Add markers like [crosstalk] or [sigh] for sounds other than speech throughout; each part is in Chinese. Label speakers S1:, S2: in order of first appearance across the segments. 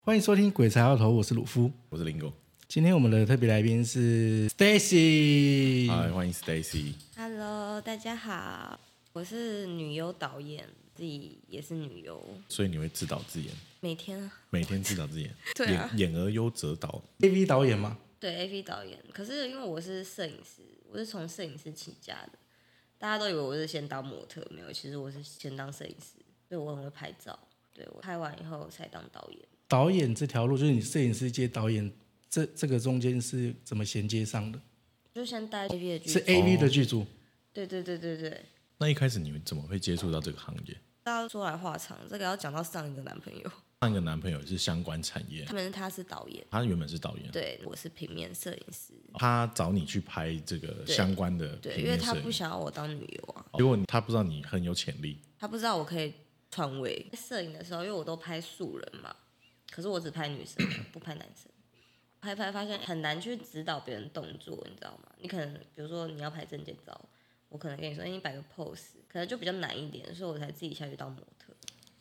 S1: 欢迎收听《鬼才摇头》，我是鲁夫。
S2: 我是林哥，
S1: 今天我们的特别来宾是 Stacy，
S2: 嗨，欢迎 Stacy。
S3: Hello，大家好，我是女优导演，自己也是女优，
S2: 所以你会自导自演，
S3: 每天
S2: 每天自导自演，
S3: [laughs] 对啊
S2: 演演而优则导。
S1: AV 导演嘛，
S3: 对 AV 导演。可是因为我是摄影师，我是从摄影师起家的，大家都以为我是先当模特，没有，其实我是先当摄影师，所以我很会拍照。对我拍完以后才当导演。
S1: 导演这条路就是你摄影师接导演，这这个中间是怎么衔接上的？
S3: 就先待 AV 的剧
S1: 是
S3: 组，
S1: AV 的剧组，
S3: 对对对对对。
S2: 那一开始你们怎么会接触到这个行业？
S3: 大家说来话长，这个要讲到上一个男朋友，
S2: 上一个男朋友是相关产业
S3: 他，们他是导演，
S2: 他原本是导演，
S3: 对我是平面摄影师，
S2: 他找你去拍这个
S3: 对
S2: 相关的
S3: 对，
S2: 平
S3: 因为
S2: 面
S3: 他
S2: 摄影，
S3: 不
S2: 哦
S3: 想要我当女优啊，
S2: 结果你他不知道你很有潜力，
S3: 他不知道我可以篡位。在摄影的时候，因为我都拍素人嘛，可是我只拍女生，不拍男生。拍拍发现很难去指导别人动作，你知道吗？你可能比如说你要拍证件照，我可能跟你说，哎，你摆个 pose，可能就比较难一点，所以我才自己下去当模特。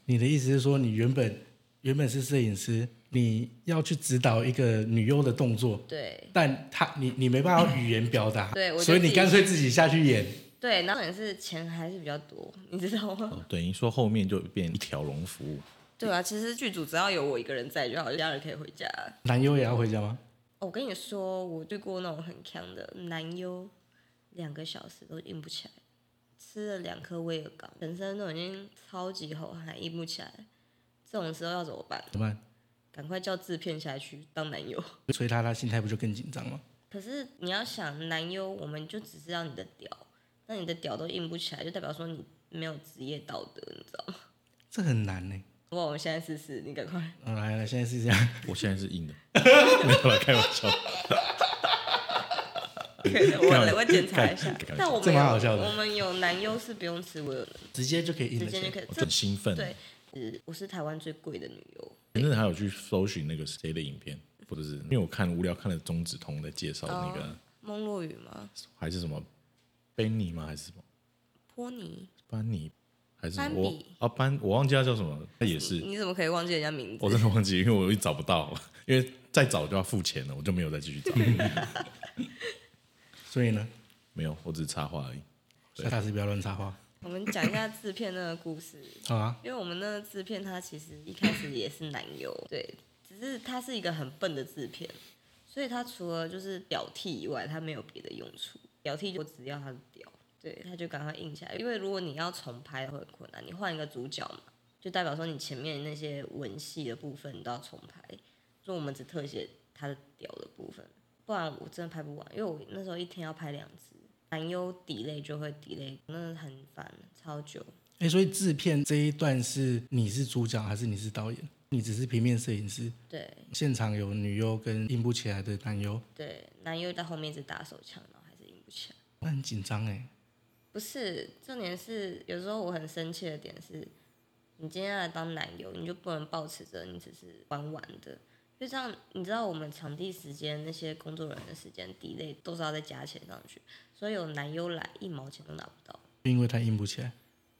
S1: 你的意思是说，你原本原本是摄影师，你要去指导一个女优的动作，
S3: 对
S1: 但她你你没办法语言表达，
S3: 对我就
S1: 所以你
S3: 自己
S1: 干脆自己下去演。
S3: 对，然后也是钱还是比较多，你知道吗？ [laughs]
S2: 哦等于说后面就变一条龙服务。
S3: 对啊，其实剧组只要有我一个人在就好，家人可以回家。
S1: 男优也要回家吗？
S3: 哦我跟你说，我对过那种很强的男优，两个小时都硬不起来，吃了两颗威尔刚，全身都已经超级后还硬不起来，这种时候要怎么办？
S1: 怎么办？
S3: 赶快叫制片下去当男优。 [laughs]
S1: 催他，他心态不就更紧张吗？
S3: 可是你要想，男优我们就只知道你的屌，那你的屌都硬不起来，就代表说你没有职业道德，你知道吗？ [laughs]
S1: 这很难呢、
S3: 哇，我们现在试试，你赶
S1: [laughs]
S3: 快。
S1: 嗯，来来，现在是这样。
S2: 我现在是
S3: [laughs]
S2: 硬的，没有啦开玩笑。
S3: 可以我来，我检查一下
S2: 干。
S3: 但我
S1: 这
S3: 们
S1: 蛮
S3: 有
S1: 好笑的
S3: 我们有男优是不用吃威尔的，
S1: 直接就可以印
S3: 直
S1: 了
S3: 接就
S1: 钱。
S3: 可以。
S2: 我
S3: 这
S2: 很兴奋。
S3: 对，是我是台湾最贵的女优。
S2: 前阵子还有去搜寻那个谁的影片，不是，因为我看无聊看了钟子通在介绍那
S3: 哦
S2: 个、
S3: 孟若雨吗？
S2: 还是什么班尼吗？还是什么
S3: 波尼？
S2: 班尼？还是什么
S3: 班比
S2: 我啊班？我忘记他叫什么，他也是，
S3: 你怎么可以忘记人家名字？
S2: 我真的忘记，因为我一直找不到，因为再找就要付钱了，我就没有再继续
S3: [laughs]
S2: 找。
S1: 所以呢，
S2: 没有，我只是插话而已。
S1: 下大师不要乱插话，
S3: 我们讲一下制片那个故事，
S1: 好啊。
S3: 因为我们那个制片他其实一开始也是男优，对，只是他是一个很笨的制片，所以他除了就是屌替以外，他没有别的用处。屌替就只要他的屌，对，他就赶快印下来，因为如果你要重拍会很困难，你换一个主角嘛，就代表说你前面那些文戏的部分你都要重拍，所以我们只特写他的屌的部分，不然我真的拍不完，因为我那时候一天要拍两支，男优 delay 就会 delay，那很烦，超久。
S1: 哎，所以制片这一段是你是主角还是你是导演？你只是平面摄影师，
S3: 对
S1: 现场有女优跟硬不起来的男优，
S3: 对，男优在后面一直打手枪，然后还是赢不起来。
S1: 那很紧张哎。
S3: 不是，重点是有时候我很生气的点是，你今天要来当男友，你就不能抱持着你只是玩玩的，就这样。你知道我们场地时间那些工作人员的时间 delay 都是要再加钱上去，所以有男优来一毛钱都拿不到，
S1: 因为他硬不起来，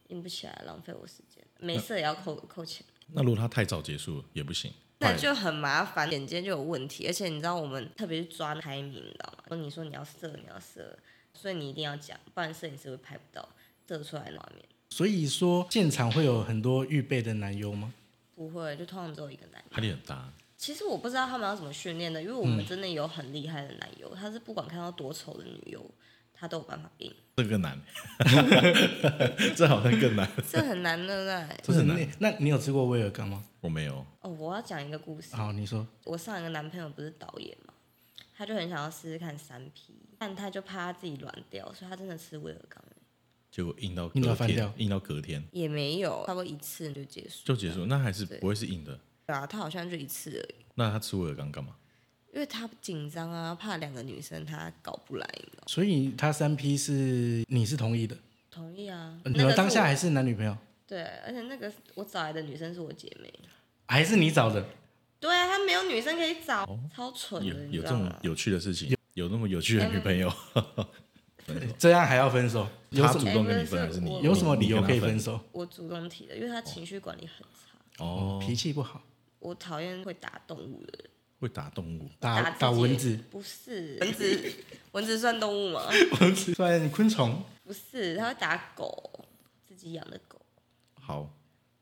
S3: 赢不起来，浪费我时间，没事也要扣扣钱。
S2: 那如果他太早结束也不行，
S3: 那就很麻烦，眼尖就有问题，而且你知道我们特别是抓排名，你知道吗？说你说你要射，你要射，所以你一定要讲，不然摄影师会拍不到射出来的画面。
S1: 所以说现场会有很多预备的男优吗？
S3: 不会，就通常只有一个男
S2: 压力很大。
S3: 其实我不知道他们要怎么训练的，因为我们真的有很厉害的男优，他是不管看到多丑的女优，他都有办法赢，
S2: 这个
S3: [laughs]
S2: 难，这好像更难。
S3: 这很难的在。
S2: 这是
S1: 那
S2: 男
S1: 你那你有吃过威尔刚吗？
S2: 我没有，
S3: 哦，我要讲一个故事。
S1: 好，你说
S3: 我上一个男朋友不是导演嘛，他就很想要试试看三 P，但他就怕他自己软掉，所以他真的吃威尔刚
S2: 结果硬到
S1: 硬到
S2: 隔
S1: 翻掉
S2: 天，硬到隔天
S3: 也没有，差不多一次就结束。
S2: 就结束，那还是
S3: 对
S2: 不会是硬的。
S3: 对啊，他好像就一次而已，
S2: 那他吃威尔刚干嘛？
S3: 因为他紧张啊，怕两个女生他搞不来，你知道吗？
S1: 所以他三 P 是你是同意的，
S3: 同意啊，
S1: 呃你
S3: 那个
S1: 们
S3: 是
S1: 当下
S3: 我
S1: 还是男女朋友，
S3: 对，而且那个我找来的女生是我姐妹，
S1: 还是你找的？
S3: 对啊，他没有女生可以找，
S1: 哦
S3: 超蠢
S2: 有
S3: 的，你
S2: 有
S3: 知
S2: 这
S3: 道
S2: 种
S3: 吗？
S2: 有趣的事情，有那么有趣的女朋友，
S3: 嗯
S1: 这样还要分手？有
S2: 他
S1: 什
S2: 主
S1: 么
S2: 动跟你分还是你？
S3: 哎不是
S1: 有什么理由可以
S2: 你跟他
S1: 分手？
S3: 我主动提的，因为他情绪管理很差，
S2: 哦，
S1: 脾气不好，
S3: 我讨厌会打动物的人，
S2: 会打动物，
S1: 打
S3: 自
S1: 打
S3: 己
S1: 蚊子，
S3: 不是蚊子，蚊子算动物吗？
S1: 蚊子算昆虫，
S3: 不是，他会打狗，自己养的狗，
S2: 好，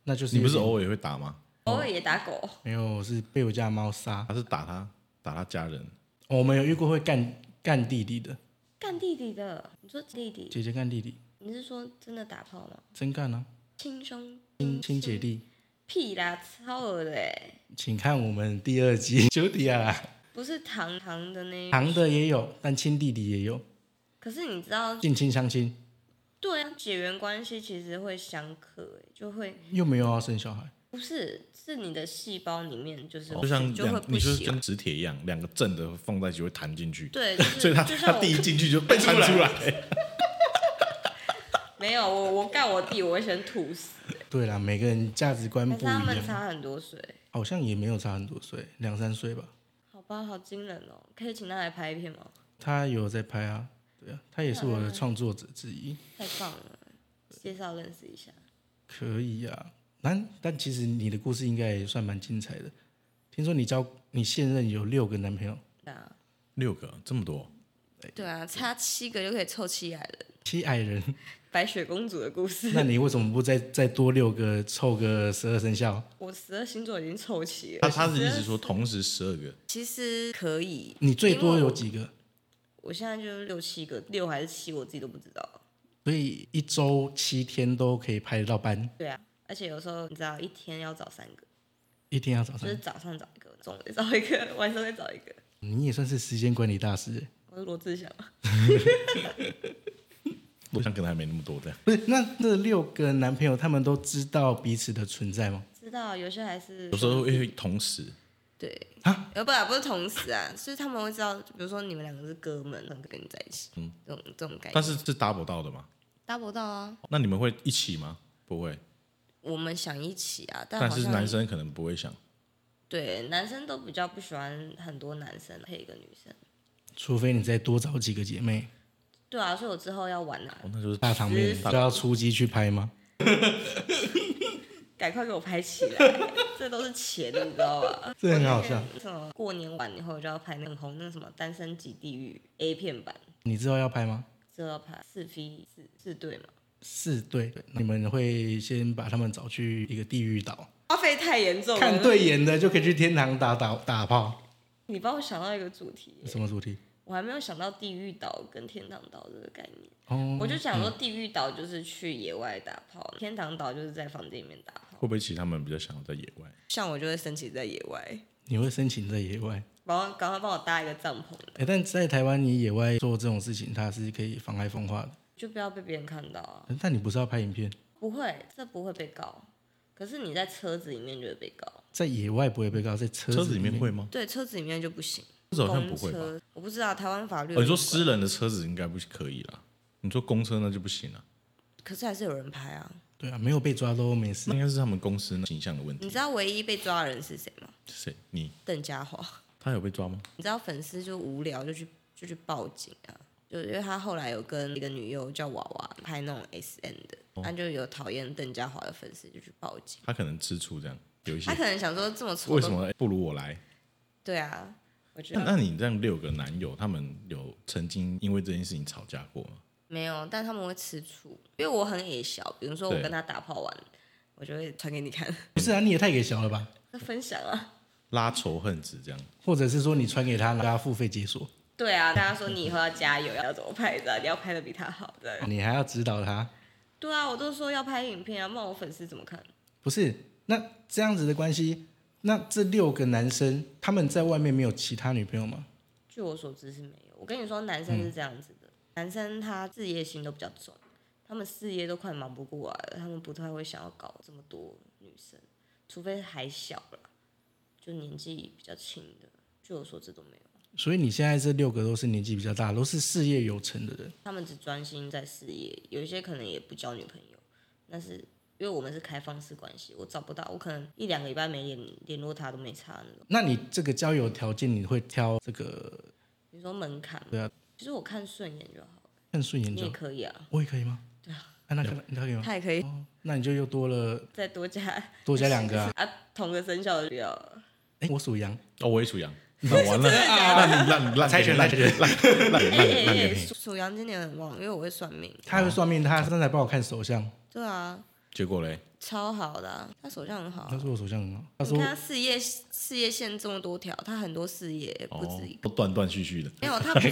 S1: 那就是
S2: 你不是
S1: 有点
S2: 偶尔也会打吗？
S1: 哦
S3: 偶尔也打狗，
S1: 没有，我是被我家的猫杀。
S2: 他是打他打他家人，
S1: 我们有遇过会干干弟弟的，
S3: 干弟弟的。你说弟弟，
S1: 姐姐干弟弟，
S3: 你是说真的打炮吗？
S1: 真干啊！
S3: 亲兄
S1: 亲亲姐弟，
S3: 屁啦，超恶的欸，
S1: 请看我们第二集九迪亚啦， [laughs]
S3: 不是堂堂的呢。
S1: 堂的也有，但亲弟弟也有，
S3: 可是你知道，
S1: 近亲相亲
S3: 对啊，血缘关系其实会相克欸，就会
S1: 又没有要生小孩，
S3: 不是是你的细胞里面就是
S2: 哦就像
S3: 就会
S2: 两
S3: 不
S2: 你就是
S3: 喜
S2: 跟
S3: 欢，
S2: 磁铁一样，两个正的放在一起会弹进去，
S3: [laughs] 对，就是
S2: 所以他
S3: 就
S2: 他
S3: 像我
S2: 第一进去就被弹出来。
S3: 没有我我干我弟，我会先吐死，
S1: [laughs] 对啦，每个人价值观
S3: 但
S1: 不
S3: 是
S1: 一
S3: 他们
S1: 样，
S3: 差很多岁。
S1: 好像也没有差很多岁，两三岁吧。
S3: 好吧，好惊人哦！可以请他来拍片吗？
S1: 他有在拍啊，对啊，他也是我的创作者之一，
S3: 太棒了，介绍认识一下。
S1: 可以啊。但但其实你的故事应该也算蛮精彩的，听说你交你现任有六个男朋友，
S3: 那
S2: 六个这么多，
S3: 啊对啊，差七个就可以凑七矮人。
S1: 七矮人。
S3: 白雪公主的故事，
S1: 那你为什么不再再多六个凑个十二生肖？
S3: [laughs] 我十二星座已经凑齐
S2: 他
S3: 了。
S2: 他是一直说同时十二个，
S3: 其实可以，
S1: 你最多
S3: 因为
S1: 有
S3: 我
S1: 几个？
S3: 我现在就六七个，六还是七，我自己都不知道。
S1: 所以一周七天都可以排得到班，
S3: 对啊，而且有时候你知道，一天要找三个，
S1: 一天要早
S3: 就是
S1: 上。
S3: 早上找一个，中午也找一个，晚上再找一个。
S1: 你也算是时间管理大师欸。
S3: 我是罗志祥，啊
S2: 我想可能还没那么多这样。
S1: 不是，那那六个男朋友他们都知道彼此的存在吗？
S3: 知道有些还是
S2: 有时候会同时，
S3: 对
S1: 啊
S3: 呃，不啊，不是同时啊，是他们会知道，比如说你们两个是哥们，两个跟你在一起，嗯，这种这种感觉
S2: 但是是 double 到的嘛？
S3: 达不到啊。
S2: 那你们会一起吗？不会，
S3: 我们想一起啊，但
S2: 但
S3: 好
S2: 是
S3: 像
S2: 男生可能不会想。
S3: 对男生都比较不喜欢很多男生配一个女生，
S1: 除非你再多找几个姐妹，
S3: 对啊，所以我之后要玩啊，
S2: 哦，那就是
S1: 大场面
S3: 是
S1: 就要出击去拍吗？
S3: 赶快给我拍起
S1: [laughs]
S3: 来，这都是钱，你知道吧？
S1: 这很好笑。
S3: 什么过年晚以后就要拍那个红那个什么《单身即地狱》A 片版，
S1: 你知道要拍吗？
S3: 这要拍四 P 四四对嘛？
S1: 是对，对你们会先把他们找去一个地狱岛，
S3: 花费太严重了。
S1: 看对眼的就可以去天堂打打打炮。
S3: 你帮我想到一个主题，
S1: 什么主题？
S3: 我还没有想到地狱岛跟天堂岛这个概念，
S1: 哦，
S3: 我就想说地狱岛就是去野外打炮，天堂岛就是在房间里面打炮。
S2: 会不会其实他们比较想要在野外？
S3: 像我就会申请在野外，
S1: 你会申请在野外？
S3: 然后赶快帮我搭一个帐篷，
S1: 哎、但在台湾你野外做这种事情，它是可以妨碍风化的。
S3: 就不要被别人看到啊。
S1: 但你不是要拍影片，
S3: 不会，这不会被告。可是你在车子里面就会被告，
S1: 在野外不会被告，在车
S2: 车
S1: 子
S2: 子里
S1: 面
S2: 面会吗？
S3: 对，车子里面就不行。
S2: 车子好像不会吧？
S3: 公车，我不知道台湾法律、
S2: 哦，你说私，人的车子应该不可以啦，你说公车那就不行啊了，
S3: 可是还是有人拍啊。
S1: 对啊，没有被抓都没事
S2: 那。应该是他们公司形象的问
S3: 你
S2: 题。
S3: 知道唯一被抓的人是谁吗？
S2: 谁？你？
S3: 邓家华。
S2: 他有被抓吗？
S3: 你知道粉丝就无聊就去就去报警啊，就因为他后来有跟一个女优叫娃娃拍那种 S N 的，
S2: 哦
S3: 他就有讨厌邓家华的粉丝就去报警，
S2: 他可能吃醋这样，有一些
S3: 他可能想说这么丑，
S2: 为什？么哎不如我来？
S3: 对啊，我觉
S2: 那
S3: 得
S2: 那你这样六个男友，他们有曾经因为这件事情吵架过吗？
S3: 没有，但他们会吃醋，因为我很野小，比如说我
S2: 对
S3: 跟他打炮完，我就会传给你看， [laughs]
S1: 不是啊，你也太给小了吧？
S3: 分享啊。
S2: 拉仇恨值这样，
S1: 或者是说你传给他，让他付费解锁，
S3: 对啊，大家说你以后要加油，要怎么拍的，你要拍的比他好的。
S1: 你还要指导他？
S3: 对啊，我都说要拍影片啊，不然我粉丝怎么看？
S1: 不是？那这样子的关系，那这六个男生他们在外面没有其他女朋友吗？
S3: 据我所知是没有。我跟你说，男生是这样子的，男生他事业心都比较重，他们事业都快忙不过来了，他们不太会想要搞这么多女生，除非还小啦，就年纪比较轻的。据我所知都没有，
S1: 所以你现在这六个都是年纪比较大，都是事业有成的人。
S3: 他们只专心在事业，有一些可能也不交女朋友，但是。因为我们是开放式关系，我找不到，我可能一两个礼拜没联联络他都没差那种。
S1: 那你这个交友条件，你会挑这个
S3: 你说门槛，
S1: 对啊，
S3: 其实我看顺眼就好，
S1: 看顺眼
S3: 你
S1: 就
S3: 也
S1: 好？
S3: 可以啊，
S1: 我也可以吗？啊，那个你可以吗？
S3: 他也可以
S1: 哦，那你就又多了
S3: 再多加
S1: [laughs] 多加两个啊！
S3: [laughs] 啊，同个生肖的不要，
S1: 哎，我属羊，
S2: 哦，我也
S3: [laughs]
S2: 属羊，那完了，啊烂烂烂，
S1: 猜拳
S2: 烂
S1: 猜
S2: 烂烂烂烂
S3: 哎 [laughs] 哎
S2: 烂
S3: 哎，
S2: 给你。
S3: 属属羊今年很旺，因为我会算命。
S1: 他还会算命，他刚才帮我看手相，
S3: 对啊，
S2: 结果嘞，
S3: 超好的啊、他手相很好啊、
S1: 他说我手相很好，他
S3: 你
S1: 说
S3: 看他事业事业线这么多条，他很多事业不
S2: 哦
S3: 止一，个。
S2: 都断断续续
S3: [laughs]
S2: 的，
S3: 没有，他不是，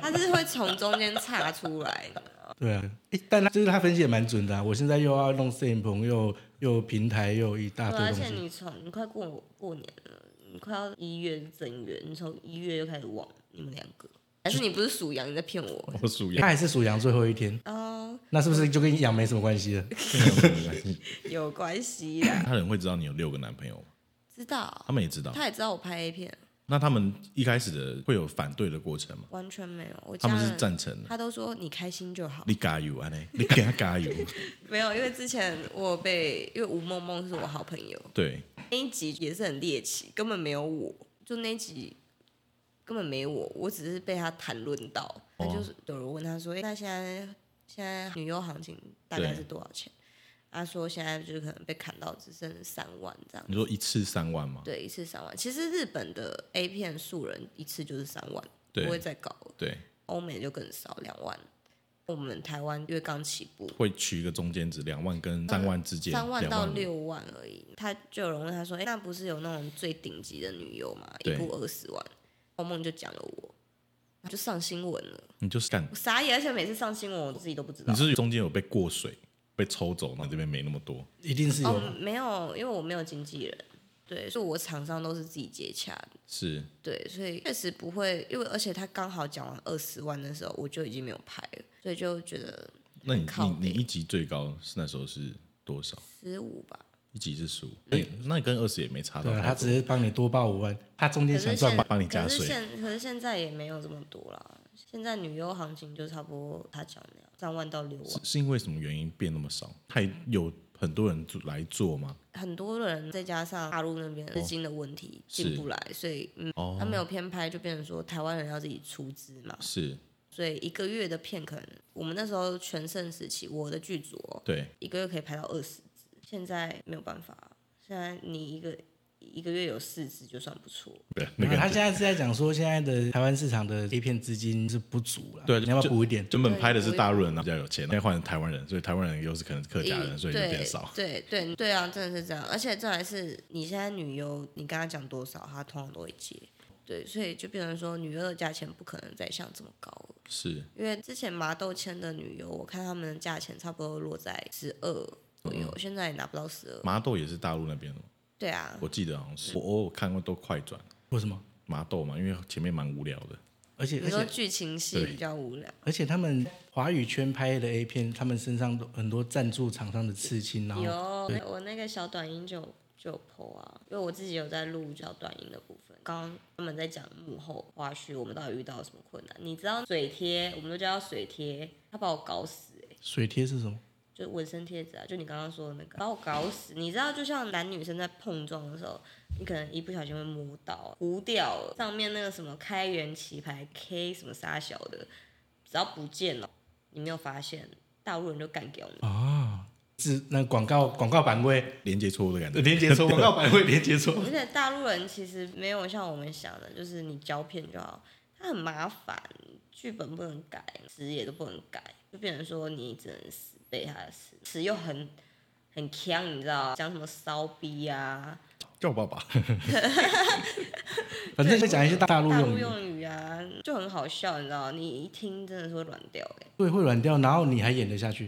S3: 他是会从中间岔出来的。
S1: 对啊，哎，但他就是他分析也蛮准的啊。我现在又要弄摄影棚，又又平台，又一
S2: 啊
S1: 大堆
S3: 对，而
S1: 东
S3: 且
S1: 西，
S3: 你从你快过过年了，你快要一月正月，你从一月就开始旺，你们两 [laughs] 个，还是你不是属羊，你在骗我？
S2: 我属
S1: 他
S2: 羊，
S1: 还是属羊最后一天，
S3: 哦，
S1: 那是不是就跟羊没什么关系了？
S3: 有关系啦，
S2: [laughs] 他人会知道你有六个男朋友吗？
S3: 知道，
S2: 他们也知道。
S3: 他也知道我拍 A 片，
S2: 那他们一开始的会有反对的过程吗？
S3: 完全没有，我
S2: 他
S3: 家
S2: 们是
S3: 人
S2: 赞成的，
S3: 他都说你开心就好，
S2: 你加油啊
S3: [laughs]
S2: 嘞，你给他加油。
S3: 没有，因为之前我有被，因为吴梦梦是我好朋友，
S2: 对，
S3: 那一集也是很猎奇，根本没有我，就那一集根本没我，我只是被他谈论到，他
S2: 哦
S3: 就是有人问他说，哎、那现在现在女优行情大概
S2: 对
S3: 是多少钱？他说现在就是可能被砍到只剩三万这样
S2: 你，说一次三万吗？
S3: 对，一次三万。其实日本的 A 片素人一次就是三万，
S2: 对
S3: 不会再高了，
S2: 对，
S3: 欧美就更少两万，我们台湾因为刚起步，
S2: 会取一个中间值，两万跟三万之间，
S3: 呃三万
S2: 两
S3: 到
S2: 五
S3: 六万而已。他就有人问他说：“哎、那不是有那种最顶级的女优嘛，一
S2: 对
S3: 部二十万？”梦梦就讲了我，就上新闻了，
S2: 你就是干
S3: 我，傻眼，而且每次上新闻我自己都不知道
S2: 你。是中间有被过水，被抽走，那这边没那么多。
S1: 一定是有
S3: 哦，没有，因为我没有经纪人，对，所以我厂商都是自己接洽的，
S2: 是，
S3: 对，所以确实不会，因为而且他刚好讲完二十万的时候，我就已经没有拍了，所以就觉得
S2: 那你
S3: 靠
S2: 你你
S3: 北
S2: 一集最高是那时候是多少？
S3: 十五吧。
S2: 一集是十五，哎，
S3: 嗯
S2: 那跟二十也没差到
S1: 对啊，
S2: 太
S1: 他
S2: 多。
S1: 只是帮你多报五万，他中间
S3: 可
S1: 想
S3: 是
S1: 赚
S3: 现
S1: 吧？
S2: 帮你加
S3: 可是
S2: 税
S3: 现可是现在也没有这么多啦。现在女优行情就差不多，他讲的那样三万到六万
S2: 是，是因为什么原因变那么少？太有很多人做来做吗？
S3: 很多人再加上大陆那边资金的问题
S2: 哦是
S3: 进不来，所以嗯，
S2: 哦
S3: 他没有偏拍，就变成说台湾人要自己出资嘛，
S2: 是，
S3: 所以一个月的片可能我们那时候全盛时期，我的剧组哦
S2: 对，
S3: 一个月可以拍到二十支，现在没有办法，现在你一个一个月有四支就算不错，
S2: 对，那
S1: 没
S2: 个
S1: 有他现在是在讲说，现在的台湾市场的 A 片资金是不足了，
S2: 对啊
S1: 你要不
S2: 就
S1: 要补一点？
S2: 原本拍的是大陆人，啊比较有钱，现在换成台湾人，所以台湾人又是可能客家人，所以就
S3: 对
S2: 变少。 [laughs]
S3: 对对对啊，真的是这样。而且这还是你现在女优，你跟她讲多少，她通常都会接。对，所以就变成说，女优的价钱不可能再像这么高了。
S2: 是，
S3: 因为之前麻豆签的女优，我看他们的价钱差不多落在十二左右，
S2: 嗯
S3: 现在也拿不到十二。
S2: 麻豆也是大陆那边的吗，
S3: 对啊，
S2: 我记得好像是，我偶尔看过都快转
S1: 为什么？
S2: 麻豆嘛，因为前面蛮无聊的。
S1: 而且
S3: 你
S1: 而
S3: 说
S1: 且
S3: 剧情戏比较无聊，
S1: 而且他们华语圈拍的 A 片，他们身上都很多赞助厂商的刺青，然后
S3: 有那我那个小短音就就有 po 啊，因为我自己有在录小短音的部分。刚刚他们在讲幕后花絮，我们到底遇到什么困难？你知道水贴，我们都叫它水贴，他把我搞死、欸，
S1: 水贴是什么？
S3: 就纹身贴纸啊，就你刚刚说的那个，把我搞死。你知道，就像男女生在碰撞的时候，你可能一不小心会摸到，啊糊掉了上面那个什么开源棋牌 K 什么啥小的，只要不见了，你没有发现，大陆人就干掉你。
S1: 是那广告广告版位
S2: [laughs] 连接错误的感觉，
S1: 连接错，广告版位连接错。
S3: 而且大陆人其实没有像我们想的，就是你胶片就好，它很麻烦，剧本不能改，词也都不能改，就变成说你只能死背他的词，词又很很呛，你知道，讲什么骚逼啊，
S2: [laughs] 叫我爸爸。
S1: [laughs] 反正就讲一些大大陆
S3: 大
S1: 用
S3: 陆
S1: 语，
S3: 用语啊，就很好笑，你知道，你一听真的是会软掉哎、
S1: 对，会软掉，然后你还演得下去？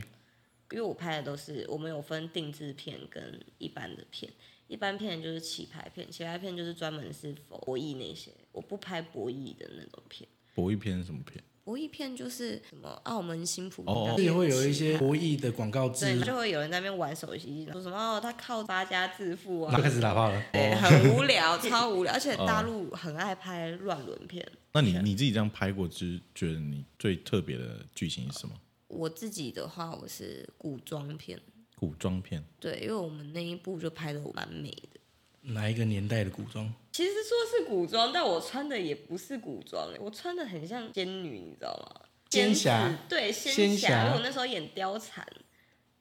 S3: 因为我拍的都是我们有分定制片跟一般的片，一般片就是起拍片，起拍片就是专门是否博弈那些，我不拍博弈的那种片。
S2: 博弈片是什么片？
S3: 博弈片就是什么澳门新浦
S2: 哦
S3: 当地
S1: 是
S3: 的
S1: 会有一些
S3: 棋
S1: 博弈的广告字，
S3: 对，就会有人在那边玩手机，说什么哦，他靠发家致富
S1: 然后
S3: 啊，
S1: 开始打炮了。 [laughs]
S3: 对，很无聊， [laughs] 超无聊，而
S1: 哦
S3: 且哦大陆很爱拍乱伦片。
S2: 那
S3: 啊
S2: 你你自己这样拍过，就是觉得你最特别的剧情是什么？
S3: 我自己的话，我是古装片，
S2: 古装片，
S3: 对，因为我们那一部就拍的蛮美的。
S1: 哪一个年代的古装？
S3: 其实说是古装，但我穿的也不是古装、欸，我穿的很像仙女，你知道吗？
S1: 仙
S3: 子
S1: 侠，
S3: 对仙
S1: 仙
S3: 侠，
S1: 侠
S3: 因为我那时候演貂蝉，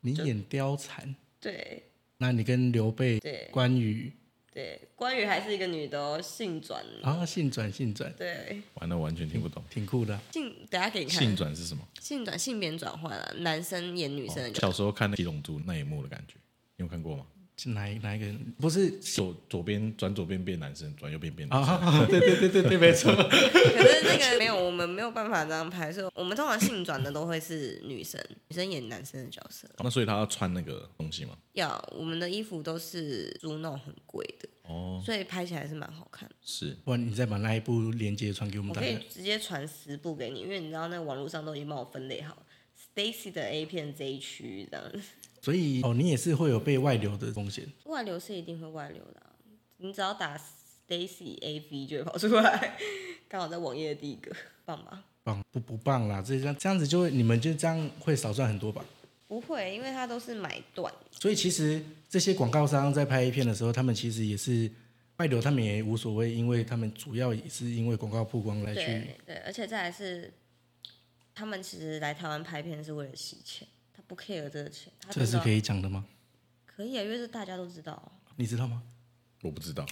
S1: 你演貂蝉，
S3: 对
S1: 那你跟刘备
S3: 对、
S1: 关羽
S3: 对，关羽还是一个女的哦，性转，
S1: 啊，性转性转，
S3: 对
S2: 完了完全听不懂。
S1: 挺酷的啊。
S3: 性，等下给你看
S2: 性转是什么？哦
S3: 性转性别转换啊，男生演女生的就、
S2: 小时候看《七龙珠》那一幕的感觉，你有看过吗？
S1: 是哪一哪一个人？不是 [laughs]
S2: 左左边转左边变男生，转右边变
S1: 啊
S2: 男
S1: 哈
S2: 生。
S1: 哈，对对对对对，没 [laughs] 错。
S3: 可是那个没有，我们没有办法这样拍，所以我们通常性转的都会是女生，女生演男生的角色。
S2: 那所以他要穿那个东西嘛？
S3: 要我们的衣服都是租那种很贵的，
S2: 哦，
S3: 所以拍起来是蛮好看的。
S2: 是
S1: 不然你再把那一部链接传给
S2: 嗯
S1: 我们
S3: 我
S1: 大
S3: 可
S1: 家
S3: 以。直接传十部给你，因为你知道那个网络上都已经帮我分类好了，Stacy 的 A 片这一区这样。
S1: 所以哦，你也是会有被外流的风险。
S3: 外流是一定会外流的啊、你只要打 Stacy A V 就会跑出来， [laughs] 刚好在网页的第一个，棒吧？
S1: 棒不不棒啦，这样这样子就会你们就这样会少赚很多吧。
S3: 不会，因为它都是买断，
S1: 所以其实这些广告商在拍片的时候，他们其实也是外流，他们也无所谓，因为他们主要也是因为广告曝光来去。
S3: 对对，而且再来是，他们其实来台湾拍片是为了洗钱，他不 care 这个钱，他
S1: 这
S3: 知
S1: 是
S3: 道
S1: 可以讲的吗？
S3: 可以啊，因为是大家都知道啊。
S1: 你知道吗？
S2: 我不知道，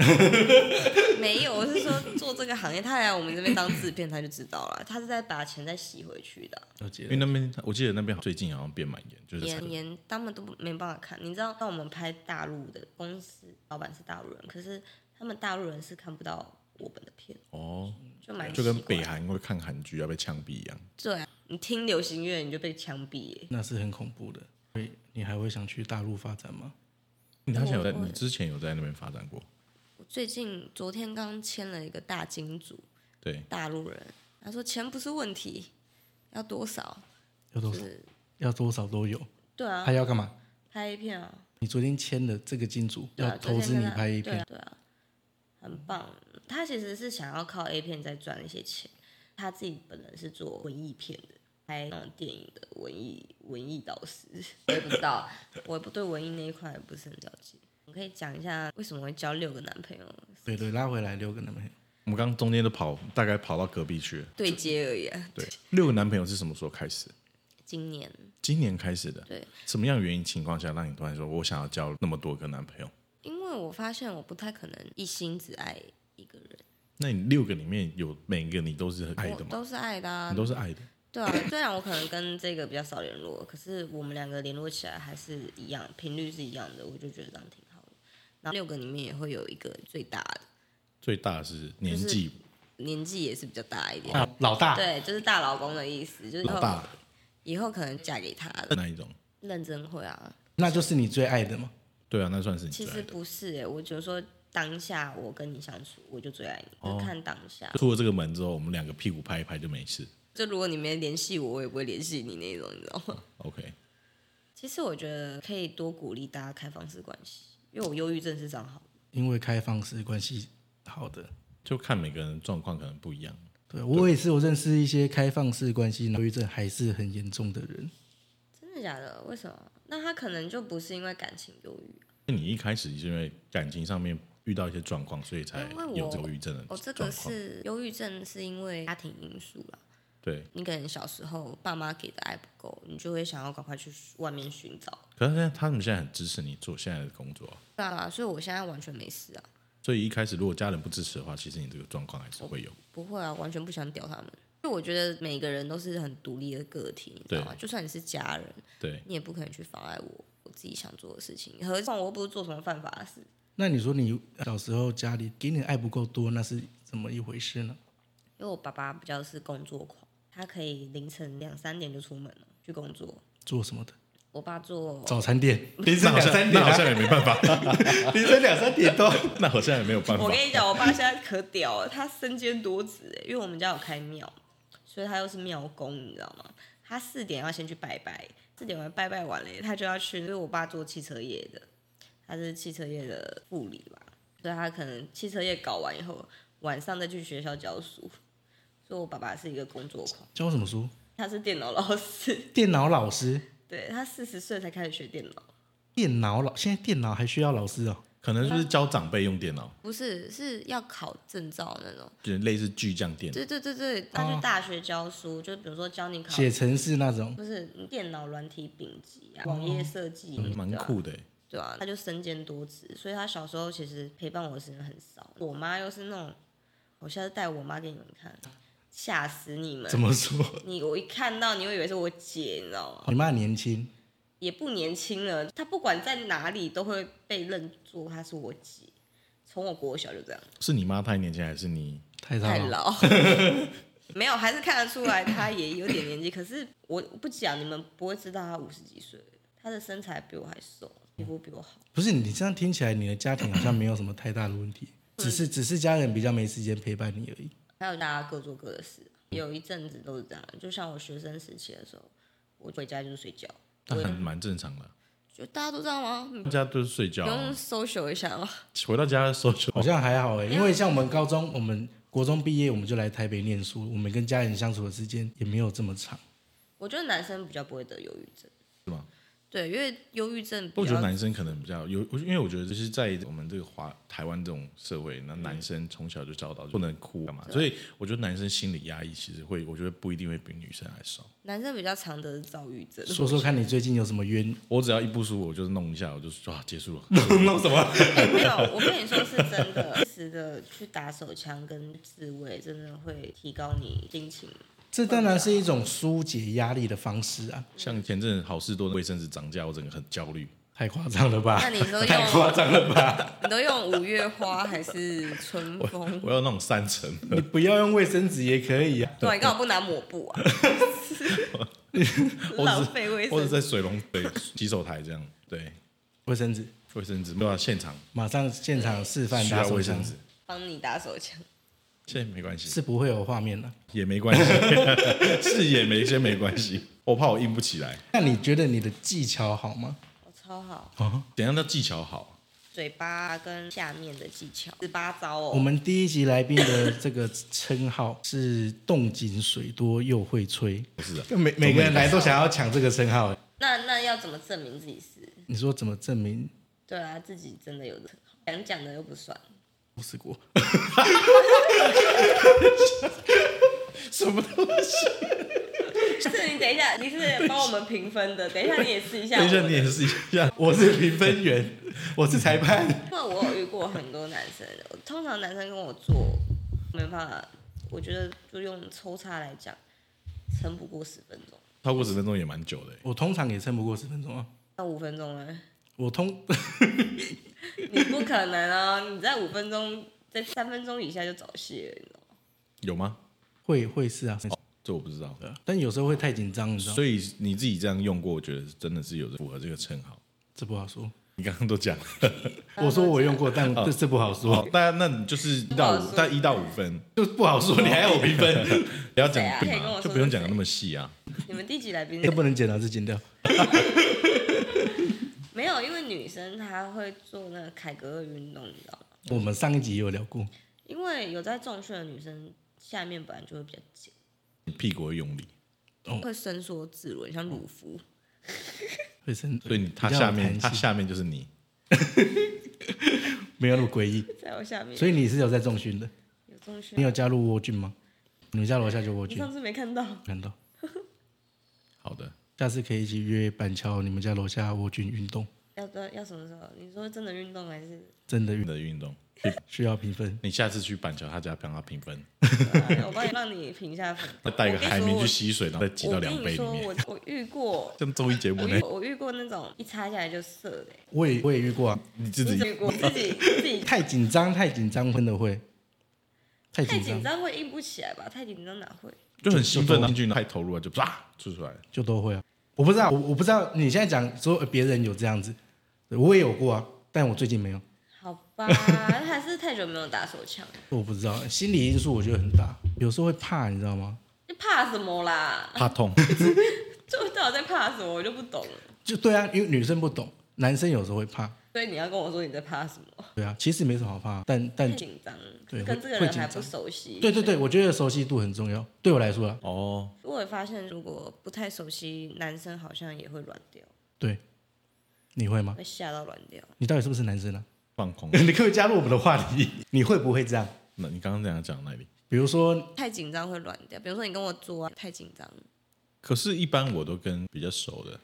S3: 没有，我是说做这个行业，他来我们这边当制片，他就知道了，他是在把钱再洗回去的啊。
S1: 了解
S2: [laughs] 因为那边我记得那边最近好像变蛮严，就是
S3: 演演他们都没办法看，你知道，当我们拍大陆的公司，老板是大陆人，可是他们大陆人是看不到我们的片，
S2: 哦，
S3: 就蛮
S2: 就跟
S3: 奇怪
S1: 啊
S2: 北韩会看韩剧要被枪毙一样。
S3: 对啊，你听流行乐你就被枪毙耶。
S1: 那是很恐怖的。所以你还会想去大陆发展吗？
S2: 你好像有在，
S3: 我
S2: 你之前有在那边发展过，
S3: 我最近昨天刚签了一个大金主，
S2: 对，
S3: 大陆人，他说钱不是问题，要多少？
S1: 要多少？要多少都有。
S3: 对啊
S1: 还，要干嘛？
S3: 拍一片啊，
S1: 你昨天签的这个金主
S3: 对啊
S1: 要投资你拍一，
S3: 昨
S1: 片，
S3: 天跟他对啊，对啊，很棒。他其实是想要靠 A 片再赚一些钱，他自己本人是做文艺片的，拍那种电影的文艺文艺导师。我也不知道，我不对文艺那一块不是很了解。我可以讲一下为什么会交六个男朋友，
S1: 对对，拉回来六个男朋友。
S2: 我们刚刚中间都跑，大概跑到隔壁去了。
S3: 对接而已、啊。
S2: 对，六个男朋友是什么时候开始？
S3: 今年
S2: 今年开始的。
S3: 对，
S2: 什么样的原因情况下让你突然说我想要交那么多个男朋友？
S3: 因为我发现我不太可能一心只爱一个人，
S2: 那你六个里面有每一个你都是爱
S3: 我
S2: 的吗？
S3: 都是爱的、啊
S2: 你，都是爱的，
S3: 对啊，虽然我可能跟这个比较少联络，可是我们两个联络起来还是一样，频率是一样的，我就觉得这样挺好的。然后六个里面也会有一个最大的，
S2: 最大的是年纪
S3: 年纪也是比较大一点，
S1: 大老大，
S3: 对，就是大老公的意思，就是以
S2: 老
S3: 后
S2: 大
S3: 以后可能嫁给他
S2: 的
S3: 了，
S2: 那一种。
S3: 认真会啊。
S1: 那就是你最爱的嘛。
S2: 对啊，那算是你最
S3: 其实
S2: 爱的。
S3: 不是诶、我就说当下我跟你相处，我就最爱你，
S2: 哦
S3: 就看当下。
S2: 出了这个门之后，我们两个屁股拍一拍就没事。
S3: 就如果你没联系我，我也不会联系你那种，你知道吗？
S2: OK，
S3: 其实我觉得可以多鼓励大家开放式关系，因为我忧郁症是长好。
S1: 因为开放式关系好的。
S2: 就看每个人状况可能不一样。
S1: 对我也是，我认识一些开放式关系，然后忧郁症还是很严重的人。
S3: 真的假的？为什么？那他可能就不是因为感情忧郁。啊
S2: 那你一开始是因为感情上面遇到一些状况，所以才
S3: 因为我
S2: 有忧郁症的
S3: 哦，
S2: 状
S3: 这
S2: 况？
S3: 个是忧郁症，是因为家庭因素啦。
S2: 对，
S3: 你可能小时候爸妈给的爱不够，你就会想要赶快去外面寻找。
S2: 可是现在他们现在很支持你做现在的工作啊、
S3: 对啊，所以我现在完全没事啊，
S2: 所以一开始如果家人不支持的话，其实你这个状况还是会有。
S3: 不会啊，完全不想屌他们。因为我觉得每个人都是很独立的个体，你知道吗？就算你是家人，
S2: 对，
S3: 你也不可能去妨碍我我自己想做的事情。何况我又不是做什么犯法的事。
S1: 那你说你小时候家里给你的爱不够多，那是怎么一回事呢？
S3: 因为我爸爸比较是工作狂，他可以凌晨两三点就出门了去工作。
S1: 做什么的？
S3: 我爸做
S1: 早餐店，凌
S2: 那好像那好像也没办法，
S1: [laughs] 凌晨啊两三点都。
S2: [laughs] 那好像也没有办法
S3: 我。跟你讲，我爸现在可屌了，他身兼多职欸，因为我们家有开庙，所以他又是庙公，你知道吗？他四点要先去拜拜，四点完拜拜完了，他就要去，因为我爸做汽车业的，他是汽车业的副理吧，所以他可能汽车业搞完以后，晚上再去学校教书。所以我爸爸是一个工作狂，
S1: 教什么书？
S3: 他是电脑老师， [laughs]
S1: 电脑老师，
S3: 对他四十岁才开始学电脑，
S1: 电脑老，现在电脑还需要老师哦。
S2: 可能就是教长辈用电脑，
S3: 不是是要考证照那种。
S2: 就是类似巨匠电脑。
S3: 对对对对，他
S2: 哦
S3: 去大学教书，就比如说教你考，
S1: 写程式那种，
S3: 不是你电脑软体丙级啊，网页设计，
S2: 哦嗯蛮
S3: 对啊
S2: 酷的欸，
S3: 对啊，他就身兼多职，所以他小时候其实陪伴我的时间很少。我妈又是那种，我下次带我妈给你们看，吓死你们！
S1: 怎么说？ [laughs]
S3: 你我一看到你会以为是我姐，你知道吗？
S1: 你妈年轻，
S3: 也不年轻了，她不管在哪里都会被认作她是我姐。从我国小就这样，
S2: 是你妈太年轻，还是你？
S1: 太
S3: 太
S1: 老了。
S3: 老。 [laughs] 没有，还是看得出来她也有点年纪。可是我不讲，你们不会知道她五十几岁。她的身材比我还瘦，皮肤比我好。
S1: 不是你这样听起来，你的家庭好像没有什么太大的问题，只是只是家人比较没时间陪伴你而已。
S3: 还有大家各做各的事，有一阵子都是这样。就像我学生时期的时候，我回家就是睡觉，
S2: 但很蛮正常的，
S3: 就大家都这样吗？你
S2: 大家都是睡觉
S3: 不
S2: 啊
S3: 用，social 一下吗？
S2: 回到家的时候就
S1: 好像还好哎、因为像我们高中，我们国中毕业我们就来台北念书，我们跟家人相处的时间也没有这么长。
S3: 我觉得男生比较不会得忧郁症，
S2: 是吗？
S3: 对，因为忧郁症比
S2: 我觉得
S3: 较
S2: 男生可能比较有，因为我觉得就是在我们这个华台湾这种社会，那男生从小就教导不能哭干嘛，所以我觉得男生心理压抑其实会，我觉得不一定会比女生还少。
S3: 男生比较常得躁郁症。
S1: 说说看你最近有什么冤？
S2: 我只要一不舒服，我就是弄一下，我就说啊结束了。
S3: 哎 [laughs] 没有，我跟你说是真的，适时的去打手枪跟自慰，真的会提高你心情。
S1: 这当然是一种疏解压力的方式啊，
S2: 像前阵子好事多的卫生纸涨价，我整个很焦虑。
S1: 太夸张了吧
S3: 那？你都
S1: 太夸
S3: 用
S1: 张了吧？
S3: 你都用五月花还是春风？
S2: 我要那种三层
S1: [laughs]
S2: 的，
S1: 你不要用卫生纸也可以啊。
S3: 对啊，你干嘛不拿抹布啊？
S2: 我
S3: 浪
S2: 只
S3: 费卫
S2: 是我只
S3: 生
S2: 是在水龙对洗手台这样，对
S1: 卫生纸，
S2: 卫生纸没有啊现场
S1: 马上现场示范
S2: 需
S1: 打
S2: 要
S1: 手
S2: 卫
S1: 枪
S2: 生，纸，
S3: 帮你打手枪。
S2: 现在没关系，
S1: 是不会有画面的、
S2: 也没关系，是也没先没关系，我怕我硬不起来。
S1: 那你觉得你的技巧好吗？
S3: 我超好，
S2: 怎样叫技巧好？
S3: 嘴巴跟下面的技巧，十八招
S1: 我
S3: 哦。
S1: 们第一集来宾的这个称号 [laughs] 是“动静水多又会吹
S2: 不是啊”，，
S1: 每每个人来都想要抢这个称号。
S3: 那那要怎么证明自己是？
S1: 你说怎么证明
S3: 对啊，自己真的有的，想讲的又不算。
S1: 不是过？
S3: 是你等一下，你是帮我们评分的，等一下你也试一下我
S2: 等一
S3: 的。
S2: 下你也试一下，
S1: [laughs] 我是评分员， [laughs] 我是裁判。
S3: 因为我有遇过很多男生，通常男生跟我做，没办法，我觉得就用抽插来讲，撑不过十分钟，
S2: 超过十分钟也蛮久的欸。
S1: [laughs] 我通常也撑不过十分钟啊。
S3: 那五分钟呢？
S1: 我通 [laughs]
S3: 你不可能啊！你在五分钟，在三分钟以下就早泄了，你知道吗？
S2: 有吗？
S1: 会会是啊，
S2: 这我不知道。
S1: 但有时候会太紧张，你知道吗？
S2: 所以你自己这样用过，我觉得真的是有符合这个称号。
S1: 这不好说。
S2: 你刚刚
S1: [laughs]
S2: 都讲了，
S1: 我说我用过，但这这不好说，
S2: 好，大家那你就是一到
S3: 不好
S2: 五，
S3: 说
S2: 但一到五分，
S1: 就不好说。你还要我评分，
S2: [laughs] 不要讲
S3: 对
S2: 干
S3: 啊可以跟我
S2: 嘛，
S3: 说
S2: 就不用讲的那么细啊。
S3: 你们第几来
S1: [laughs]
S3: 宾
S1: 这？不能剪啊了，这剪掉。
S3: 没有，因为女生她会做那个凯格尔运动，你知道吗？
S1: 我们上一集也有聊过，
S3: 因为有在重训的女生，下面本来就会比较紧，
S2: 你屁股会用力，
S1: 哦
S3: 会伸缩自如，像乳肤。
S1: 会生，
S2: 所以你它
S1: 比较有
S2: 下面，
S1: 弹性
S2: 它下面就是你。
S1: 没有那么诡异。
S3: 在我下面，
S1: 嗯所以你是有在重训的，
S3: 有重训
S1: 你。有加入蜗菌吗？你们家楼下就蜗
S3: 你
S1: 菌，
S3: 上次没看到？
S1: 看到。
S2: 好的，
S1: 下次可以一起约板桥你们家楼下蜗菌运动，
S3: 要要要什么时候？你说真的运动还是？
S1: 真的运
S2: 的运动，
S1: 需要评分。
S2: 你下次去板桥他家帮他评分，。
S3: 对啊我
S1: [laughs]
S3: 帮你让你评一下分
S2: 再带一个海绵去吸水，然后再挤到
S3: 我
S2: 两
S3: 跟你
S2: 杯里
S3: 说，
S2: 面，
S3: 我我遇过，
S1: [laughs]
S2: 像综艺节目
S3: 我
S2: 呢
S3: 遇，我遇过那种一擦下来就射的、欸。
S1: 我也我也遇过啊，
S2: 你自
S3: 你
S2: 己
S3: 怎么遇
S1: [laughs]
S3: 过自己自己
S1: 太紧张太紧张真的会，太
S3: 太
S1: 紧
S3: 紧
S1: 张
S3: 张会硬不起来吧？太紧张哪会？
S2: 就很兴奋，然后进去然后太投入了，就啪出出来了。
S1: 就都会啊。我不知道，我我不知道你现在讲说呃别人有这样子，对我也有过啊，但我最近没有，
S3: 好
S1: [laughs]
S3: 吧，还是太久没有打手枪了，
S1: 我不知道心理因素我觉得很大，有时候会怕，你知道吗？
S3: 你怕什么啦？ [laughs]
S2: 怕痛，
S3: 就到底在怕什么，我就不懂了。
S1: 就对啊，因为女生不懂，男生有时候会怕，
S3: 所以你要跟我说你在怕什么？
S1: 对啊，其实没什么好怕，但但
S3: 太紧张，
S1: 对
S3: 跟这个
S1: 会
S3: 人
S1: 紧
S3: 还
S1: 张
S3: 不熟悉。
S1: 对对对，我觉得熟悉度很重要，对我来说啊，
S2: 哦，
S3: 我也发现，如果不太熟悉，男生好像也会软掉，
S1: 对，你会吗？
S3: 会吓到软掉。
S1: 你到底是不是男生啊？。
S2: 放空
S1: [laughs] 你可以加入我们的话题，你会不会这样？
S2: 那你刚刚怎样讲哪里？
S1: 比如说，
S3: 太紧张会乱掉。比如说你跟我做啊，太紧张了，
S2: 可是，一般我都跟比较熟的，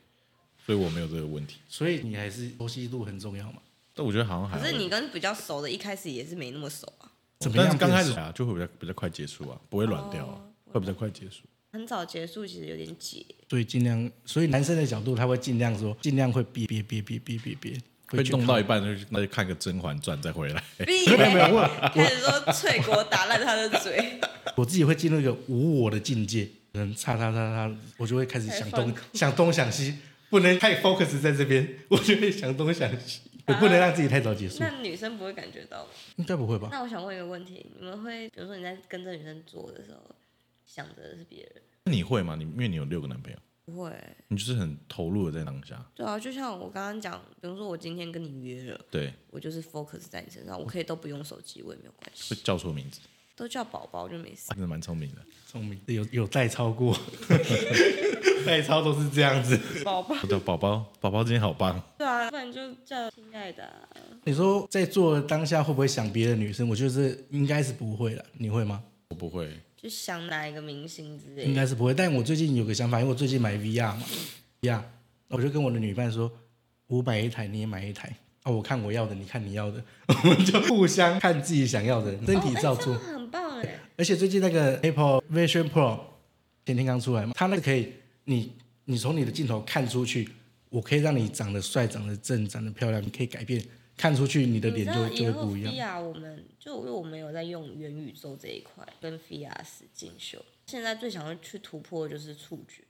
S2: 所以我没有这个问题。
S1: 所以你还是熟悉度很重要嘛？
S2: 但我觉得好像
S1: 哎
S2: 还
S3: 可是
S2: 好
S3: 你跟比较熟的，一开始也是没那么熟啊，
S1: 怎么
S2: 但
S1: 样
S2: 是
S1: 变熟？
S2: 刚开始啊，就会比较比较快结束啊，不会软掉啊，
S3: 哦
S2: 会比较快结束。
S3: 很早结束其实有点解。
S1: 所以尽量，所以男生的角度他会尽量说，尽量会憋憋憋憋憋憋憋，
S2: 会
S1: 去
S2: 弄
S1: 靠
S2: 到一半就去那就看个《甄嬛传》再回来。 [laughs]
S3: 闭
S1: 哎没有没有
S3: 嘴
S1: 我
S3: 开始说脆果打烂他的
S1: [laughs]
S3: 嘴，
S1: 我自己会进入一个无我的境界，可能擦擦擦擦，我就会开始想东想东想西，不能太 focus 在这边，我就会想东想西，我不能让自己太早结束，
S3: 那女生不会感觉到吗？
S1: 应该不会吧？
S3: 那我想问一个问题，你们会比如说你在跟这女生做的时候，想着的是别人？
S2: 那你会吗？你因为你有六个男朋友，
S3: 不会，
S2: 你就是很投入的在当下。
S3: 对啊，就像我刚刚讲，比如说我今天跟你约了，
S2: 对，
S3: 我就是 focus 在你身上，我可以都不用手机，我也没有关
S2: 会
S3: 系，
S2: 叫错名字，
S3: 都叫宝宝就没事。
S2: 真的蛮聪明的。
S1: 聪明，有有代超过， [laughs] 代超都是这样子。
S3: 宝宝，
S2: 我叫宝宝，宝宝今天好棒。
S3: 对啊，不然就叫亲爱的啊、
S1: 你说在做当下会不会想别的女生？我觉得这应该是不会了，你会吗？
S2: 我不会，
S3: 就想哪一个明星之类
S1: 应
S3: 的。
S1: 该是不会。但我最近有个想法，因为我最近买 VR 嘛，VR，我就跟我的女伴说，我买一台，你也买一台。啊，我看我要的，你看你要的， [laughs] 我们就互相看自己想要的，身体照
S3: 哦
S1: 做
S3: 哎。这样很棒哎！
S1: 而且最近那个 Apple Vision Pro 前天刚出来嘛，它那个可以，你你从你的镜头看出去，我可以让你长得帅、长得正、长得漂亮，你可以改变，看出去你的
S3: 你
S1: 脸
S3: 知
S1: 就
S3: 道
S1: 会
S3: 以
S1: 就会
S3: 后
S1: 不一样。
S3: VR 我们就因为我们有在用元宇宙这一块跟 VR 啊实境秀，现在最想要去突破的就是触觉，